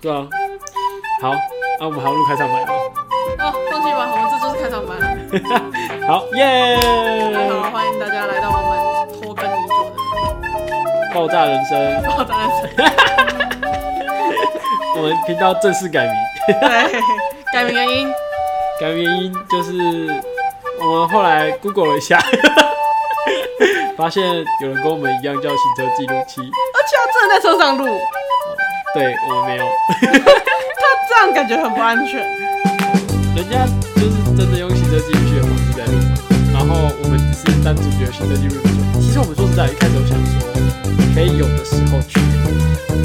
对啊，好啊，我们好录开场白吧。哦，放心吧，我们这就是开场白了。 好耶！大家好，欢迎大家来到我们拖更已久的爆炸人生，爆炸人生。我们频道正式改名， 对，改名原因，改名原因就是我们后来 Google 了一下，发现有人跟我们一样叫行车记录器，而且他真的在车上录，对我们没有，他这样感觉很不安全。人家就是真的用行车记录器的方式在录，然后我们只是单纯觉得行车记录器不错。其实我们说实在，一开始我想说，可以有的时候去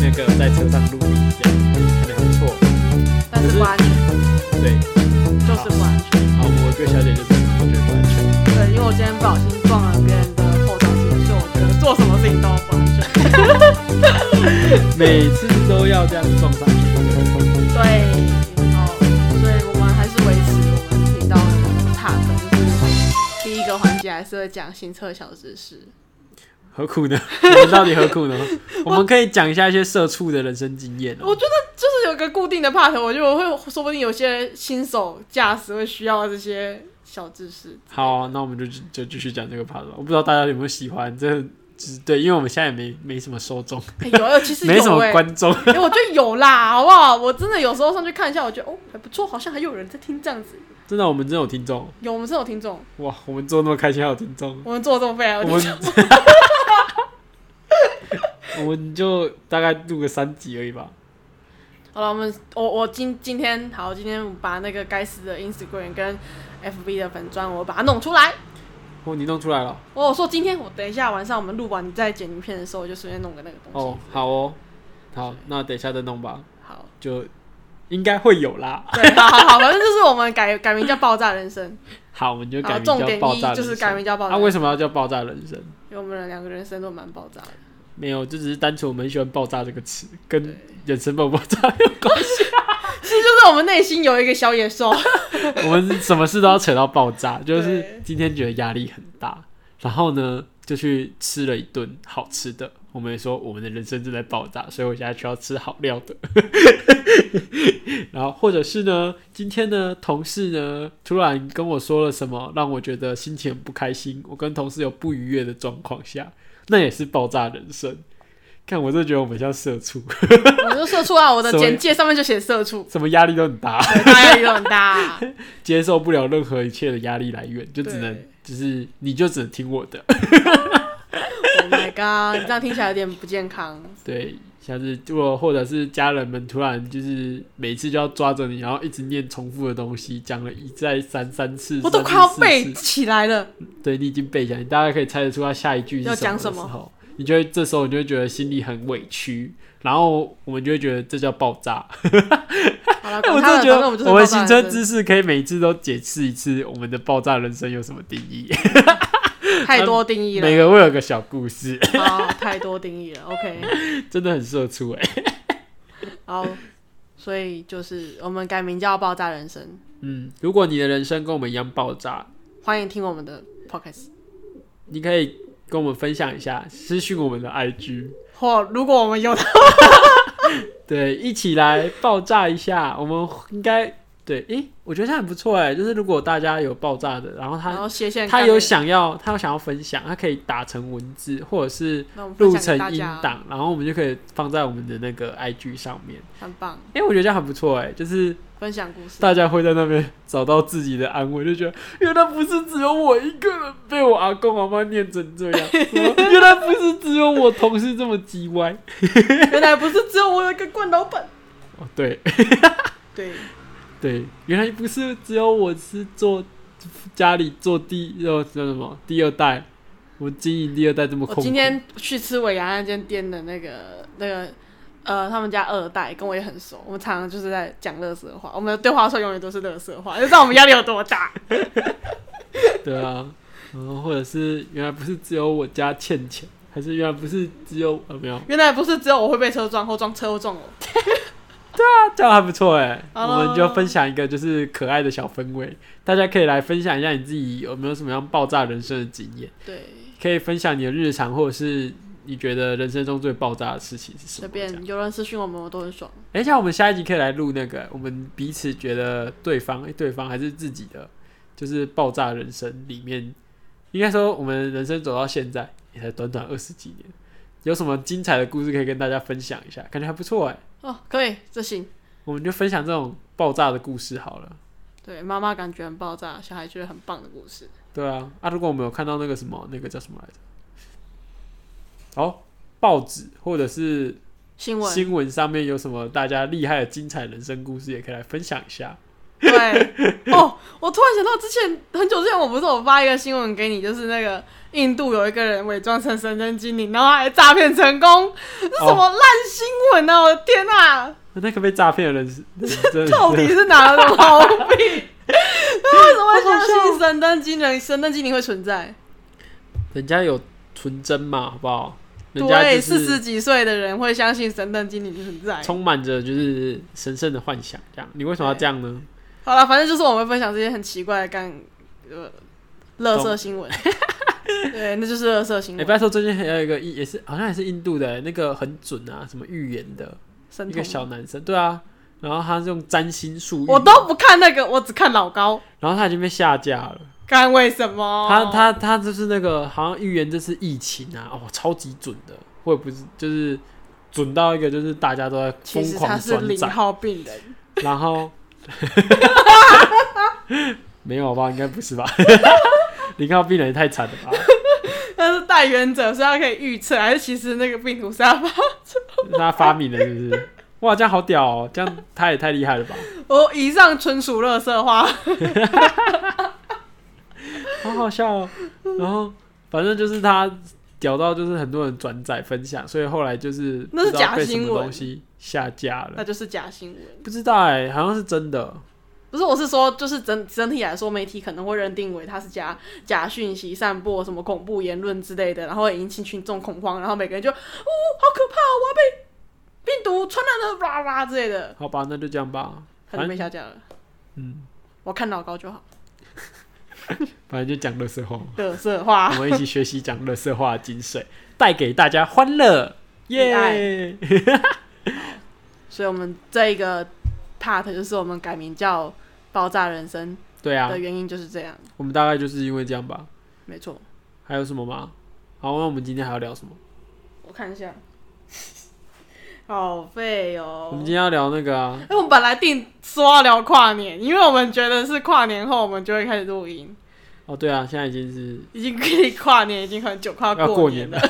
那个在车上录音，这样可能还不错。但是不安全，对，就是不安全。然后我跟小姐就是我觉得不安全，对，因为我今天不小心撞了别人的后照镜，所以我觉得做什么事情都不安全。每次都要这样撞 上去。对，然后所以我们还是维持我们频道的踏程，就是第一个环节还是会讲行车小知识。何苦呢？我们到底何苦呢？ 我们可以讲一下一些社畜的人生经验哦、我觉得就是有一个固定的 part，我觉得我会说不定有些新手驾驶会需要这些小知识。好啊、那我们就就继续讲这个 part 吧。我不知道大家有没有喜欢，这只对，因为我们现在也没没什么受众，哎有有，其实有、没欸、什么观众。 哎、我觉得有啦，好不好？我真的有时候上去看一下，我觉得哦还不错，好像还有人在听这样子。真的，我们真的有听众有我们是有听众，哇！我们做那么开心，还有听众，我们做得这么废啊，我我就 们 我们就大概录个三集而已吧。好了，我们我我今今天好，今天我把那个该死的 Instagram 跟 FB 的粉砖，我把它弄出来。哦，你弄出来了我有说今天我等一下晚上我们录完你再剪影片的时候，我就顺便弄个那个东西。哦，好哦，好，那等一下再弄吧，好，就应该会有啦。对，好好好，反正就是我们改改名叫爆炸人生，好，我们就改好，名重叫点爆一炸人生。就是改名叫爆炸啊，人为生，什么要叫爆炸人生？因为我们两个人生都蛮爆炸的。没有，就只是单纯我们很喜欢“爆炸”这个词，对跟人生爆不爆炸有关系。其实就是我们内心有一个小野兽， 我们是什么事都要扯到爆炸，就是对今天觉得压力很大，然后呢就去吃了一顿好吃的。我们也说我们的人生正在爆炸，所以我现在需要吃好料的。 然后或者是呢，今天呢同事呢突然跟我说了什么，让我觉得心情很不开心，我跟同事有不愉悦的状况下，那也是爆炸人生。看，我就觉得我们像社畜， 我就社畜啊，我的什么简介上面就写社畜，什么压力都很大。对大家压力都很大。接受不了任何一切的压力来源，就只能对就是你就只能听我的。 Oh my god，你这样听起来有点不健康。对，像是如果或者是家人们突然就是每次就要抓着你，然后一直念重复的东西，讲了一再三三次，我都甚至快要四背次，起来了，对你已经背起来，你大概可以猜得出他下一句是要讲什什么的时候你就会这时候你就会觉得心里很委屈，然后我们就会觉得这叫爆炸。好了，哎管真 他的了觉反正我们得就是我们爆炸行人车生知识可以每一次都解释一次我们的爆炸人生有什么定 义，太多定义每了，个会有个小故事， 好，太多定义了。OK，真的很社畜哎、好，所以就是我们改名叫爆炸人生，嗯，如果你的人生跟我们一样爆炸，欢迎听我们的 podcast。你可以跟我们分享一下，私讯我们的 IG，或如果我们有对，一起来爆炸一下。我们应该对，诶、我觉得这样很不错诶、就是如果大家有爆炸的，然后然他后斜线，他有，想要他有想要分享，他可以打成文字或者是那我们分录享给成大音家，档，然后我们就可以放在我们的那个 IG 上面。很棒，诶、我觉得这样很不错诶、就是分享故事。大家会在那边找到自己的安慰，就觉得原来不是只有我一个人被我阿公阿妈念成这 样，原来不是只有我同事这么叽歪。原来不是只有我有一个冠老板，哦，对对，对，原来不是只有我是做家里做第呃叫什么第二代，我经营第二代这么我痛苦。哦今天去吃尾牙那间店的那个那个呃，他们家二代跟我也很熟，我们常常就是在讲乐色话，我们的对话的时候永远都是乐色话，就知道我们压力有多大。对啊，然后或者是原来不是只有我家欠钱，还是原来不是只有呃没有，原来不是只有我会被车撞或撞车会撞我，这样还不错哎、好我咯们就分享一个就是可爱的小氛围，大家可以来分享一下你自己有没有什么样爆炸人生的经验，对，可以分享你的日常，或者是你觉得人生中最爆炸的事情是什随么？这样便有人私讯我们，我都很爽。哎，像我们下一集可以来录那个，我们彼此觉得对方、诶对方还是自己的，就是爆炸人生里面，应该说我们人生走到现在也才短短二十几年，有什么精彩的故事可以跟大家分享一下？感觉还不错哎、哦，可以，这行。我们就分享这种爆炸的故事好了。对，妈妈感觉很爆炸，小孩觉得很棒的故事。对啊，啊，如果我们有看到那个什么，那个叫什么来着？哦，报纸或者是新闻，新闻上面有什么大家厉害的精彩人生故事，也可以来分享一下。 对，哦，我突然想到之前很久之前，我不是我发一个新闻给你，就是那个印度有一个人伪装成神灯精灵，然后还诈骗成功，这什哦么烂新闻呢、啊？我的天哪、那个被诈骗的人是真的到底是是哪来的毛病？ 为什么会相信神灯精灵？神灯精灵会存在？ 人家有纯真嘛，好不好？人家对，就四十是几岁的人会相信神灯精灵存在。充满着就是神圣的幻想，这样你为什么要这样呢？好了，反正就是我们会分享这些很奇怪的干呃，乐色新闻。 对，那就是乐色新哎、闻。不要说最近还有一个印也是好像也是印度的、那个很准啊，什么预言的神一个童小男生，对啊，然后他是用占星术语，我都不看那个，我只看老高。然后他已经被下架了。看为什么？他他他就是那个好像预言这次疫情啊，哦，超级准的，我也不是就是准到一个就是大家都在其疯实他狂是转零载，号病人，然 后没有吧？应该不是吧？零号病人也太惨了吧？他是代言者，所以他可以预测，还是其实那个病毒是他发？是他发明的，是不是？哇，这样好屌哦！这样他也太厉害了吧？ 我以上纯属乐色话。好好笑哦。然后反正就是他屌到就是很多人转载分享，所以后来就是不那是知道假被什新么闻呃东西下架那了，就是假新闻。不知道哎、好像是真的。不是，我是说，就是整整体来说，媒体可能会认定为它是假假讯息、散播什么恐怖言论之类的，然后会引起群众恐慌，然后每个人就，哦，好可怕，哦我要被病毒传染了，哇哇之类的，好吧，那就这样吧。他就被下架了。嗯，我看老高就好，反正就讲乐色话，乐色话我。们一起学习讲乐色话的精髓，带给大家欢乐，耶、所以我们这一个 part 就是我们改名叫《爆炸人生对》啊的，原因就是这样，我们大概就是因为这样吧。没错。还有什么吗？好，那我们今天还要聊什么？我看一 下，好废哦我。们今天要聊那个啊，哎、我们本来定说要聊跨年，因为我们觉得是跨年后我们就会开始录音，哦，对啊，现在已经是已经可以跨年，已经很久快要过过年了。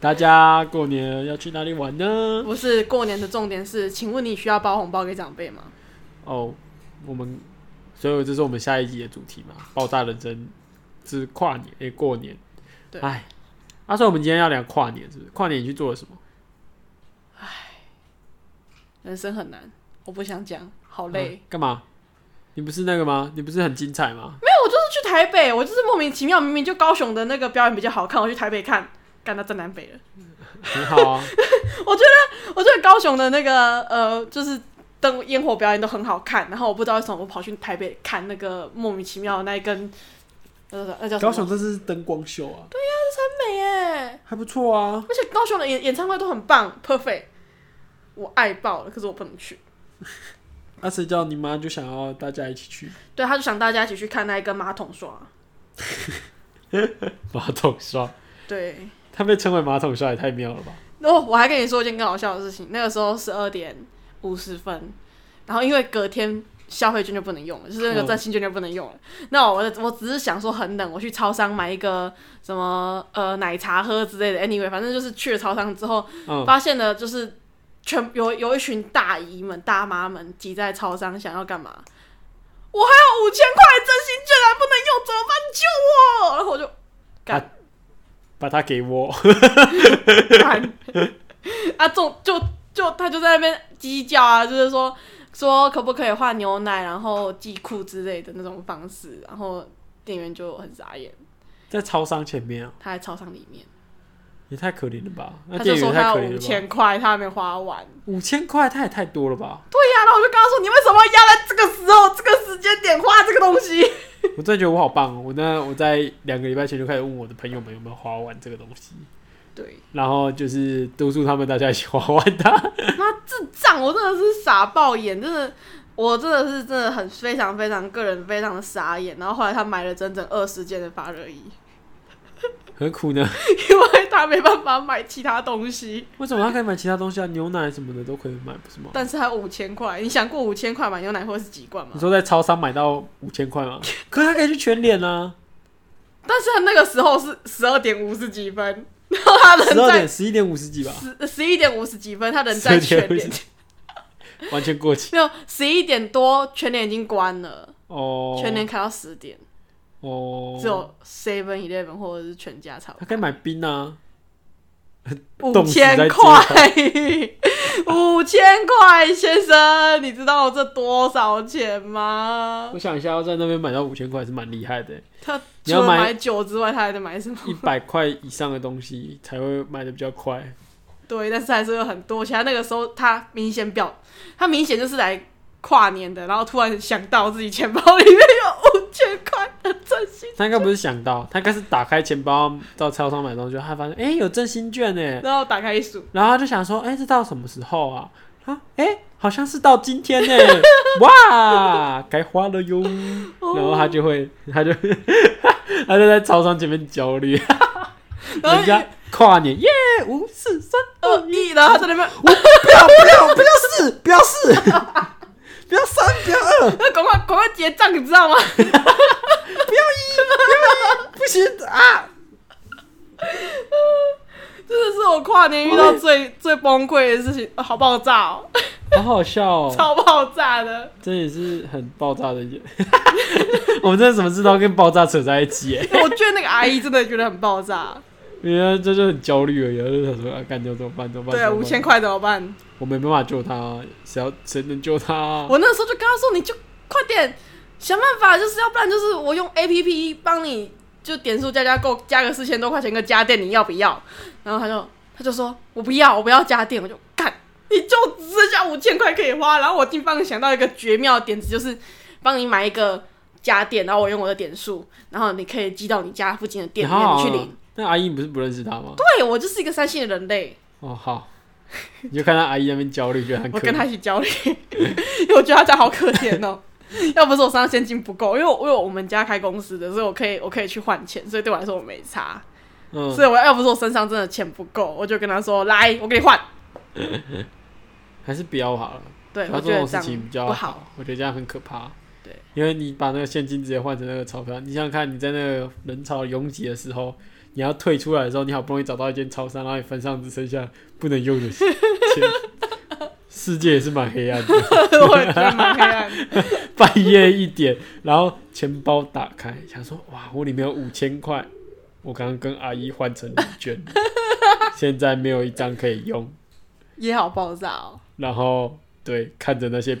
大家过年要去哪里玩呢？不是过年的重点是，请问你需要包红包给长辈吗？哦，我们，所以这是我们下一集的主题嘛，爆炸人生是跨年，诶、过年，对哎，阿、啊、所以我们今天要聊跨年，是不是？跨年你去做了什么？人生很难，我不想讲，好累。啊干、嘛？你不是那个吗？你不是很精彩吗？ 没有，我就是去台北，我就是莫名其妙，明明就高雄的那个表演比较好看，我去台北看，干到正南北了。很好啊， 我觉得高雄的那个呃，就是灯烟火表演都很好看，然后我不知道为什么我跑去台北看那个莫名其妙的那一根，呃，那叫什高么？雄这次是灯光秀啊，很美耶。还不错啊。而且高雄的演演唱会都很棒，perfect，我爱爆了，可是我不能去。那、啊谁叫你妈就想要大家一起去？对，他就想大家一起去看那一根马桶刷。 马桶刷，对，他被称为马桶刷也太妙了吧？哦，我还跟你说一件更好笑的事情，那个时候十二点五十分，然后因为隔天消费券就不能用了，就是那个嗯振兴券就不能用了。那我我只是想说很冷，我去超商买一个什么呃奶茶喝之类的，anyway，反正就是去了超商之后，嗯，发现了就是全有有一群大姨们、大妈们挤在超商，想要干嘛？我还有五千块真心券还不能用，怎么办？救我！然后我就把它给我。干 啊，中就就他就在那边鸡叫啊，就是说说可不可以换牛奶，然后寄库之类的那种方式，然后店员就很傻眼，在超商前面啊，他在超商里面，也太可怜了吧？那他就店员说也太他可有怜五了吧？千块，他还没花完。五千块，他也太多了吧？对呀、然后我就跟他说，你为什么要在这个时候、这个时间点花这个东西？ 我真的觉得我好棒哦！我那我在两个礼拜前就开始问我的朋友们有没有花完这个东西，对，然后就是督促他们大家一起玩玩它。 智障，我真的是傻爆眼，真的，我真的是真的很非常非常个人非常的傻眼。然后后来他买了整整二十件的发热衣，何苦呢？因为他没办法买其他东西，为什么他可以买其他东西啊？牛奶什么的都可以买，不是吗？但是他五千块，你想过五千块买牛奶会是几罐吗你？说在超商买到五千块 吗？可是他可以去全脸啊，但是他那个时候是十二点五十几分，然后他人十二在点、十一点五十几吧，十十一点五十几分，他人在全12点脸，完全过期没有十一点多全脸已经关了，哦。全年开到十点，哦，只有 Seven Eleven 或者是全家才有他可以买冰啊，五冻死在千街头块，五千块，先生，你知道这多少钱吗我？想一下，要在那边买到五千块是蛮厉害的，他你除要了买买酒之外，他还能买什么？一百块以上的东西才会卖的比较快。对，但是还是有很多。其他那个时候，他明显表，他明显就是来跨年的，然后突然想到自己钱包里面有五千块的真心，他应该不是想到，他应该是打开钱包到超商买东西，他发现哎、诶有振兴券哎，然后打开一数，然后他就想说，哎、这到什么时候啊？啊，哎、好像是到今天呢、 哇，该花了哟。然后他就会，他就 他就在超商前面焦虑，然人后家哦跨年耶，五四三，二一，然后他在那边，不要不要不要四，不要四，不要三，不要二，那赶快赶快结账，你知道吗？不行啊！真的是我跨年遇到最最崩溃的事情，好爆炸哦！ 好好笑哦，超爆炸的，真的是很爆炸的一件， 我们真的什么事都跟爆炸扯在一起哎，我觉得那个阿姨真的觉得很爆炸。因为这就很焦虑而已，就想说啊，干掉怎么办？怎么办？对，怎么五办千块怎么办？我没办法救他，谁要谁能救他、我那时候就跟她说，你就快点想办法，就是要不然就是我用 A P P 帮你就点数加加购，加个四千多块钱个家电，你要不要？然后他就他就说我不要，我不要家电，我就干，你就只剩下五千块可以花。然后我竟帮你想到一个绝妙的点子，就是帮你买一个。家电，然后我用我的点数，然后你可以寄到你家附近的店里面去领。。那阿姨你不是哦不认识他吗？对我就是一个三星的人类，哦，好，你就看到阿姨那边焦虑，觉得很我可跟他怜。一起焦虑， 因为我觉得他家好可怜哦。 要不是我身上现金不够，因为我因为我们家开公司的，所以我可以我可以去换钱，所以对我来说我没差。嗯，所以我要不是我身上真的钱不够，我就跟他说：“来，我给你换。还是不要好了。”对，他我这觉种得事这情样比较不好。，我觉得这样很可怕。对，因为你把那个现金直接换成那个钞票，你想想看，你在那个人潮拥挤的时候，你要退出来的时候，你好不容易找到一间超商，然后你身上只剩下不能用的钱， 世界也是蛮黑暗的。 我也觉得蛮黑暗的。 半夜一点，然后钱包打开，想说哇，我里面有五千块，我刚刚跟阿姨换成礼券，现在没有一张可以用。也好爆炸哦！ 然后对，看着那些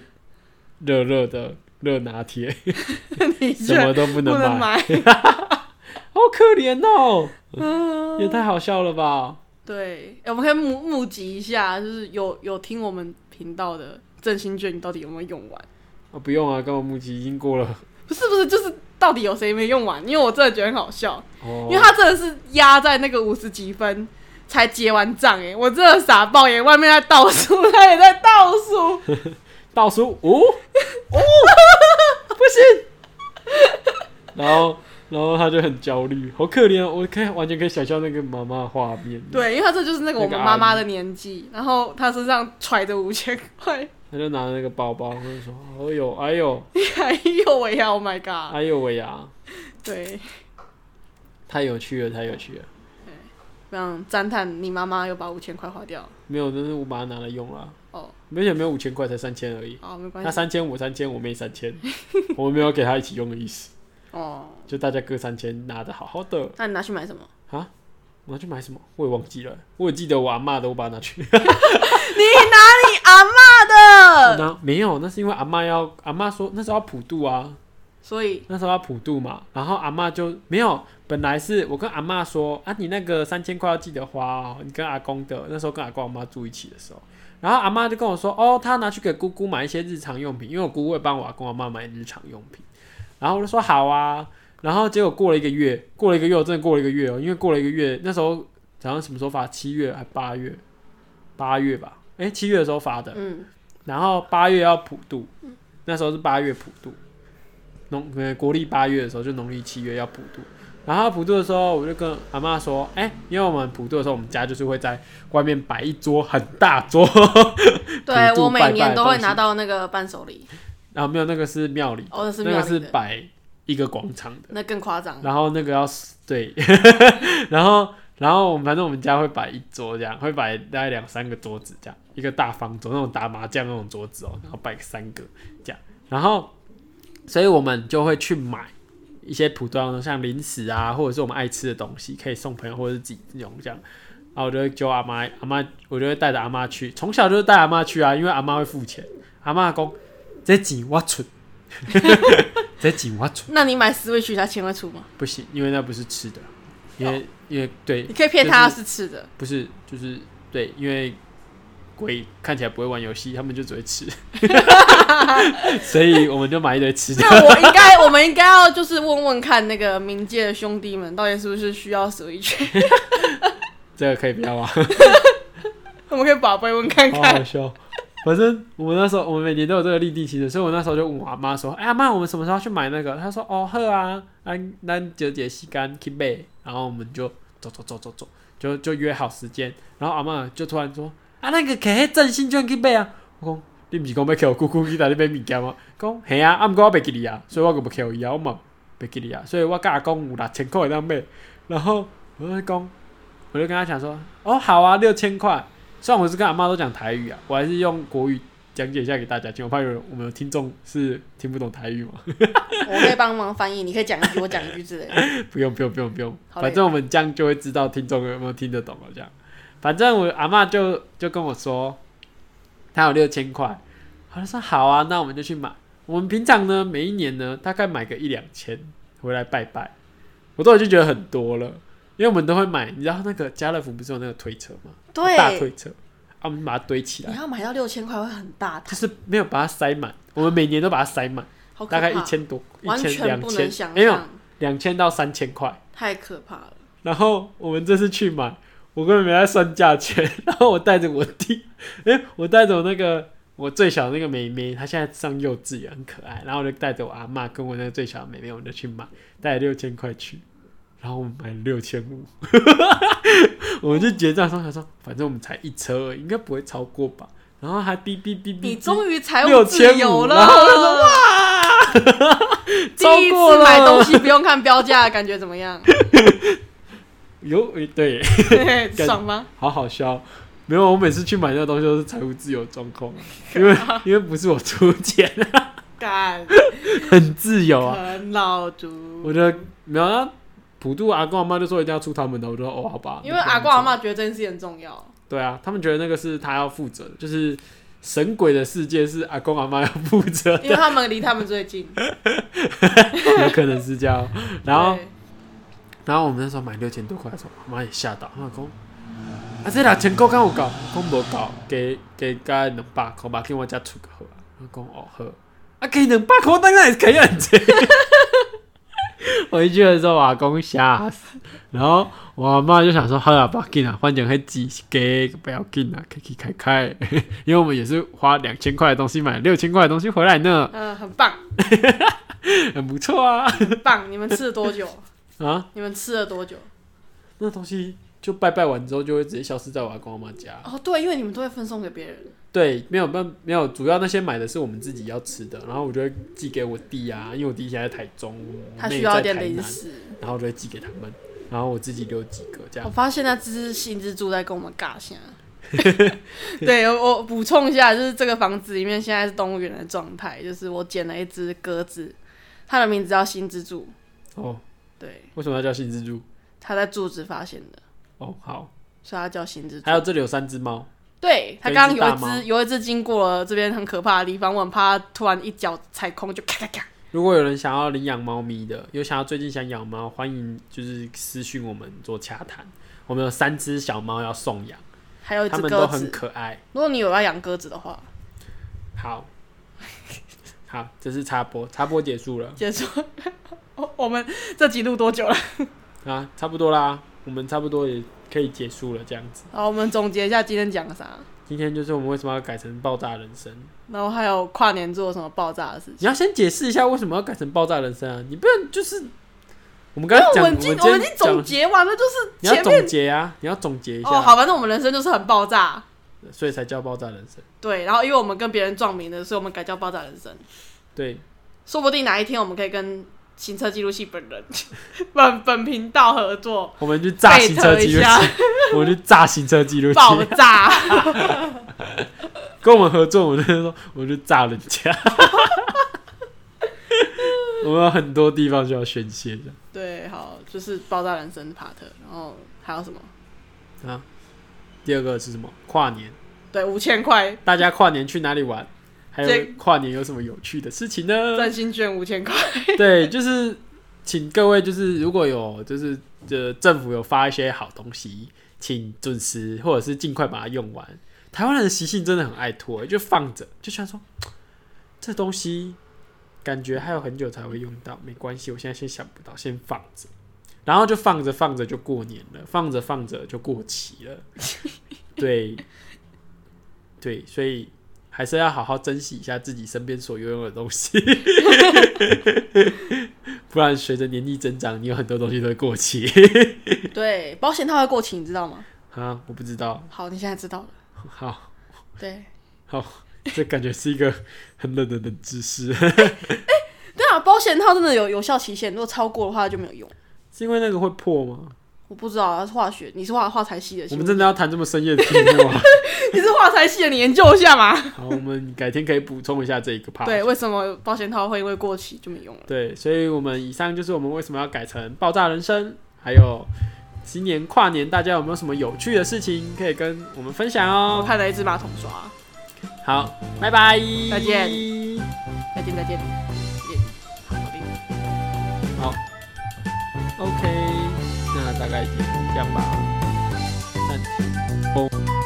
热热的热拿铁，你什居然么都不能买，买， 好可怜哦，嗯也太好笑了吧！对，欸我们可以募募集一下，就是有有听我们频道的振兴券，你到底有没有用完？啊，不用啊，跟我木吉已经过了。不是不是，就是到底有谁没用完？因为我真的觉得很好笑。哦因为他真的是压在那个五十几分才结完账，哎，我真的傻爆耶！外面在倒数，他也在倒 数，倒数五五，不行。然后，然后他就很焦虑，好可怜、哦。我可以完全可以想象那个妈妈的画面。，对，因为他这就是那个我那们个妈阿妈姨的 年纪，然后他身上揣着五千块，他就拿着那个包包，他就说：“哎呦，哎呦，哎呦喂呀，Oh my god！哎呦喂呀，对，太有趣了，太有趣了。非常赞叹你妈妈又把五千块花掉，”没有，但是我把它拿来用了。哦，而且没有五千块，才三千而已。好，没关他系，三千，我三千，我妹三 千，我们没有给他一起用的意思，哦，就大家各三千，拿的好好的。那你拿去 买什么？我要去买什么？我也忘记了，我也记得我阿嬷的，我把它拿去。你拿你阿妈的，那没有，那是因为阿妈要阿妈说那时候要普渡啊，所以那时候要普渡嘛，然后阿妈就没有，本来是我跟阿妈说啊，你那个三千块要记得花哦，你跟阿公的那时候跟阿公阿妈住一起的时候，然后阿妈就跟我说哦，她拿去给姑姑买一些日常用品，因为我姑姑会帮我阿公阿妈买日常用品，然后我就说好啊，然后结果过了一个月，过了一个月，我真的过了一个月哦，因为过了一个月那时候。然后什么时候发？七月还八月？八月吧？哎、七月的时候发的。嗯，然后八月要普渡，那时候是八月普渡，农呃国历八月的时候就农历七月要普渡。然后普渡的时候，我就跟阿妈说，哎、因为我们普渡的时候，我们家就是会在外面摆一桌很大桌， 对普渡我每拜拜年的都会东西拿到那个伴手礼，然后没有那个是庙里，哦，那是那庙个是里的，摆一个广场的，那更夸张。然后那个要对， 然后然后我们反正我们家会摆一桌这样，会摆大概两三个桌子这样，一个大方桌那种打麻将那种桌子哦、然后摆三个这样，然后所以我们就会去买一些普通的像零食啊，或者是我们爱吃的东西，可以送朋友或者是自己用这样。然后我就会揪阿妈，阿妈我就会带着阿妈去，从小就是带阿妈去啊，因为阿妈会付钱，阿妈讲这钱我出， 这钱我出。那你买 Switch 他钱会出吗？不行，因为那不是吃的，因为、因为对你，可以骗他是吃的，不是就是对，因为鬼看起来不会玩游戏，他们就只会吃， 所以我们就买一堆吃的。那我应该，我们应该要就是问问看那个冥界的兄弟们，到底是不是需 要 Switch？这个可以不要吗？我们可以把杯问看好看。好笑。反正我们那时候，我们每年都有这个立地期的，所以我那时候就问我阿妈说：“哎、阿妈，我们什么时候要去买那个？”她说：“哦，好啊，咱咱九姐西干去买。”然后我们就走走走走走，就就约好时间。然后阿妈就突然说：“啊，那个摕迄振兴券去买啊！”我讲：“你毋是讲要叫我姑姑去带你买物件吗？”讲：“嘿啊，啊毋过我袂记你啊，所以我就无叫伊啊，我嘛袂记你啊，所以我甲阿公有六千块当买。”然后我就讲，我就跟他讲说：“哦，好啊，六千块。”虽然我是跟阿妈都讲台语啊，我还是用国语讲解一下给大家听。我怕有人我们有听众是听不懂台语嘛， 我可以帮忙翻译，你可以讲一句，我讲一句之类的。不用不用不用不用，好嘞反正我们这样就会知道听众有没有听得懂啊了。这样，反正我阿妈就就跟我说，她有六千块，我就说好啊，那我们就去买。我们平常呢，每一年呢，大概买个一两千回来拜拜，我都已经觉得很多了，因为我们都会买。你知道那个家乐福不是有那个推车吗？大对，推车，啊，我们把它堆起来你。要买到六千块会很大就摊，是没有把它塞满。我们每年都把它塞满，好可大怕，概一千多、一完千、全两不能千，想没有象，两千到三千块。太可怕了。然后我们这次去买，我根本没在算价钱。然后我带着我弟， 哎、我带着我那个我最小的那个妹妹，她现在上幼稚园，很可爱。然后我就带着我阿妈跟我那个最小的妹妹，我们就去买，带了六千块去。然后我们买六千五， 我们就结账的时候想说，反正我们才一车而已，应该不会超过吧。然后还哔哔哔哔，你哔终于财嗯务六自千由五，了，然后我就说哇，超 第一过次了买东西不用看标价，感觉怎 么样？ 有诶对，嘿嘿爽吗？好好笑。没有，我每次去买那个东西都是财务自由状况啊，因 为因为不是我出钱，啊干，很自由啊。啃老族。我觉得没有啊，普渡阿公阿妈就说一定要出他们的，我就说哦好吧。因为阿公阿妈觉得这件事很重要，对啊，他们觉得那个是他要负责的，就是神鬼的世界是阿公阿妈要负责因为的，他们离他们最近。有可能是这样。 然后对然后我们那时候买六千多块的时候，我妈也吓到，她讲：“啊，这六千块敢有够？讲无够，给给加两百块吧，给我 家出个好啊。”我讲：“哦好，啊给两百块当然是可以很多。”回去的时候，我阿公吓死，然后我阿妈就想说：“好啦，不要紧啦，反正会几给不要紧啦，可以开开。”因为我们也是花两千块的东西买六千块的东西回来呢，嗯，很棒，很不错啊很棒。你们吃了多久？啊！你们吃了多久？那东西就拜拜完之后就会直接消失在我阿公阿妈家。哦，对，因为你们都会分送给别人。对，没有办没有，主要那些买的是我们自己要吃的，然后我就会寄给我弟啊，因为我弟现在在台中，他我妹需要在一点台零南，食。然后我就会寄给他们，然后我自己留几个这我样。发现那只新蜘蛛在跟我们尬 现在。对，我我补充一下，就是这个房子里面现在是动物园的状态，就是我捡了一只鸽子，它的名字叫新蜘蛛。哦，对，为什么要叫新蜘蛛？它在柱子发现的，哦，好，所以它叫新蜘蛛还。有这里有三只猫，对，它有一刚刚只有一大猫只有一只经过了这边很可怕的地方，我很怕它突然一脚踩空就咔咔咔。如果有人想要领养猫咪的，有想要最近想养猫，欢迎就是私讯我们做洽谈。我们有三只小猫要送养，还有一它只们鸽都很子，可爱。如果你有要养鸽子的话， 好，好，这是插播，插播结束了。结束。哦我我们这集录多久了？啊，差不多啦，我们差不多也可以结束了这样子。好，我们总结一下今天讲了啥，今天就是我们为什么要改成爆炸人生？然后还有跨年做什么爆炸的事你情。要先解释一下为什么要改成爆炸人生啊？你不能就是我们刚刚我讲，们已今经我们已天经总讲，结完了，就是你要前面总结啊，你要总结一下，哦，好，反正我们人生就是很爆炸。所以才叫爆炸人生。对，然后因为我们跟别人撞名的，所以我们改叫爆炸人生。对，说不定哪一天我们可以跟行车记录器本人 本本频道合作，我们去炸行车记录器备特一， 我们去炸行车记录器，爆炸。 跟我们合作，我们就说，我就炸人 家。我们有很多地方需要宣泄的对，好，就是爆炸人生 part，然后还有什么？啊。第二个是什么？跨年，对，五千块大家跨年去哪里玩？还有这跨年有什么有趣的事情呢？振兴券五千块， 对，就是请各位，就是如果有就是呃政府有发一些好东西，请准时或者是尽快把它用完。台湾人的习性真的很爱拖、欸就放着，就想说这东西感觉还有很久才会用到，没关系，我现在先想不到，先放着。然后就放着放着就过年了，放着放着就过期了。对，对，所以还是要好好珍惜一下自己身边所拥有的东西。不然随着年纪增长，你有很多东西都会过期 对，保险套会过期，你知道吗？啊！我不知道，好，你现在知道了。好，对，这感觉是一个很冷的冷知识， 对啊，保险套真的有有效期限，如果超过的话就没有用。是因为那个会破吗？我不知道啊，是化学，你是化化材系的，我是们不真是的要谈这么深夜的题目 啊？你是化材系的，你研究一下嘛。好，我们改天可以补充一下这一个 part。对，为什么保险套会因为过期就没用了？对，所以我们以上就是我们为什么要改成爆炸人生，还有今年跨年大家有没有什么有趣的事情可以跟我们分享我哦？看了一只马桶刷，好，拜拜，再见。再见再见，耶，好好的。 OK，那大概就这样吧。那